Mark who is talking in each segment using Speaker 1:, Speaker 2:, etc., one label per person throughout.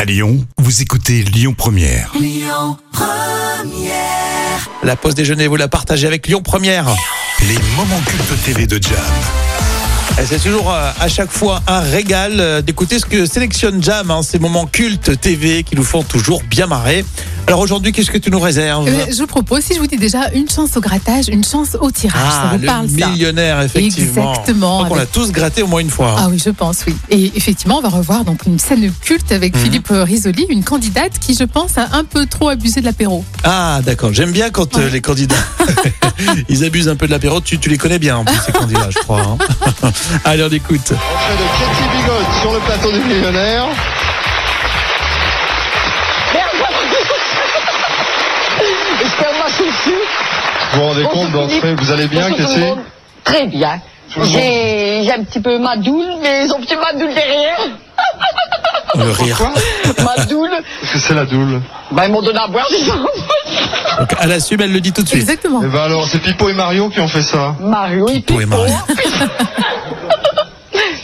Speaker 1: À Lyon, vous écoutez Lyon Première.
Speaker 2: La pause déjeuner, vous la partagez avec Lyon Première.
Speaker 1: Les moments cultes TV de Jam.
Speaker 2: Et C'est toujours euh, à chaque fois un régal euh, d'écouter ce que sélectionne Jam, hein, ces moments cultes TV qui nous font toujours bien marrer. Alors aujourd'hui, qu'est-ce que tu nous réserves
Speaker 3: Euh, Je vous propose, si je vous dis déjà, une chance au grattage, une chance au tirage. ah, ça vous
Speaker 2: Ah, le
Speaker 3: parle, ça
Speaker 2: millionnaire, effectivement.
Speaker 3: Exactement,
Speaker 2: Donc on l'a
Speaker 3: avec-
Speaker 2: tous gratté au moins une fois. hein.
Speaker 3: ah oui, je pense, oui. Et effectivement, on va revoir donc une scène culte avec
Speaker 2: Mhm.
Speaker 3: Philippe Risoli, une candidate qui, je pense, a un peu trop abusé de l'apéro.
Speaker 2: Ah d'accord, j'aime bien quand euh,
Speaker 3: Ouais.
Speaker 2: les candidats ils abusent un peu de l'apéro. Tu, tu les connais bien en plus ces candidats, je crois. hein. Allez, on écoute.
Speaker 4: Entrée de Cathy Bigotte sur le plateau du millionnaire.
Speaker 5: Espère-moi souci.
Speaker 4: Vous vous rendez compte d'entrée, vous allez bien Cathy
Speaker 5: Très bien.
Speaker 4: le monde.
Speaker 5: J'ai j'ai un petit peu ma doule, mais son petit ma doule derrière.
Speaker 2: Le rire.
Speaker 5: Ma doule.
Speaker 4: Qu'est-ce que c'est la doule
Speaker 5: Bah, ils m'ont donné à boire, dis donc.
Speaker 2: Donc à la sub, elle le dit tout de suite.
Speaker 3: Exactement.
Speaker 4: Eh ben alors, c'est Pipo et Mario qui ont fait ça.
Speaker 5: Mario, il
Speaker 2: Pipo et Mario.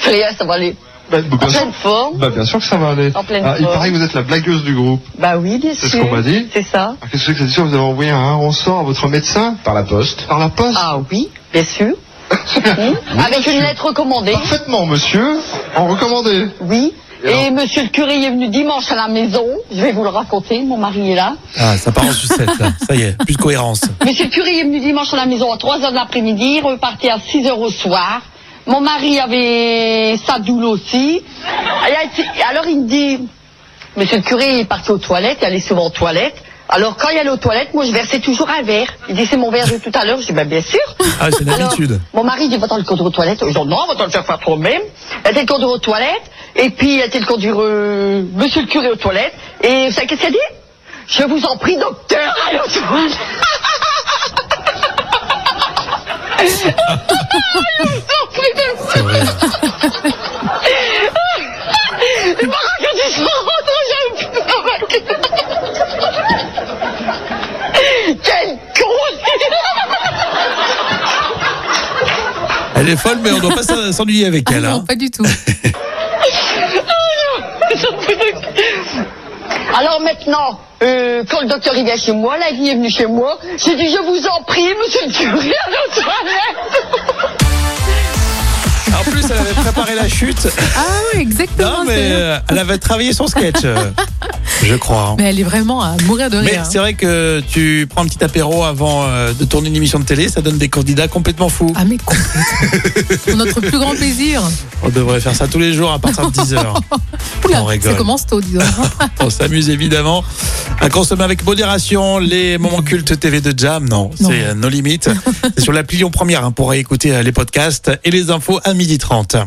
Speaker 5: Fléa, ça va aller.
Speaker 4: Bah, bah,
Speaker 5: En
Speaker 4: bien, sûr,
Speaker 5: pleine forme.
Speaker 4: bah, bien sûr que ça va aller. Ah,
Speaker 5: En pleine
Speaker 4: il
Speaker 5: forme.
Speaker 4: paraît que vous êtes la blagueuse du groupe.
Speaker 5: Bah oui, bien sûr.
Speaker 4: C'est ce qu'on m'a dit.
Speaker 5: C'est ça.
Speaker 4: Ah, Qu'est-ce que c'est que cette histoire Vous avez envoyé un ressort à votre médecin Par la poste. Par la poste
Speaker 5: Ah oui, bien sûr. Hum, Avec une lettre recommandée.
Speaker 4: Parfaitement, monsieur. En recommandé.
Speaker 5: Oui.
Speaker 4: Et
Speaker 5: Et monsieur le curé est venu dimanche à la maison. Je vais vous le raconter, mon mari est là.
Speaker 2: Ah, ça part en sucette, là. Ça y est, plus de cohérence.
Speaker 5: Monsieur le curé est venu dimanche à la maison à 3 heures de l'après-midi, reparti à 6 heures au soir. Mon mari avait sa doule aussi. Et alors il me dit, monsieur le curé est parti aux toilettes, il allait souvent aux toilettes. Alors quand il allait aux toilettes, moi je versais toujours un verre. Il dit, c'est mon verre de tout à l'heure. Je dis, ben, bien sûr.
Speaker 2: Ah, c'est une
Speaker 5: Alors,
Speaker 2: habitude.
Speaker 5: Mon mari dit, va-t'en le conduire aux toilettes. Je dis, non, va-t'en le faire faire toi-même. Elle était le conduire aux toilettes. Et puis, elle était le conduire, euh, monsieur le curé aux toilettes. Et, vous savez qu'est-ce qu'elle dit? Je vous en prie, docteur, allez aux toilettes.
Speaker 2: C'est vrai.
Speaker 5: Les parents que tu se rends, j'aime plus Quel con!
Speaker 2: Elle est folle, mais on ne doit pas s'en- s'ennuyer avec elle.
Speaker 3: non,
Speaker 2: hein.
Speaker 3: pas du tout.
Speaker 5: Alors maintenant, euh, quand le docteur il vient chez moi, la vie est venue chez moi, j'ai dit je vous en prie, monsieur le curé, allez aux toilettes.
Speaker 2: En plus, elle avait préparé la chute.
Speaker 3: Ah oui, exactement.
Speaker 2: Non, mais
Speaker 3: c'est-
Speaker 2: euh, elle avait travaillé son sketch, euh, je crois. hein.
Speaker 3: Mais elle est vraiment à mourir de
Speaker 2: Mais
Speaker 3: rire.
Speaker 2: c'est
Speaker 3: hein.
Speaker 2: vrai que tu prends un petit apéro avant euh, de tourner une émission de télé, ça donne des candidats complètement fous.
Speaker 3: Ah mais complètement. Pour notre plus grand plaisir.
Speaker 2: On devrait faire ça tous les jours à partir de 10h.
Speaker 3: Oula,
Speaker 2: On rigole.
Speaker 3: ça commence tôt, disons.
Speaker 2: On s'amuse évidemment à consommer avec modération les moments cultes TV de Jam. Non,
Speaker 3: Non.
Speaker 2: c'est euh, nos limites. C'est sur l'appli Lyon Première hein, pour écouter les podcasts et les infos à 12h30.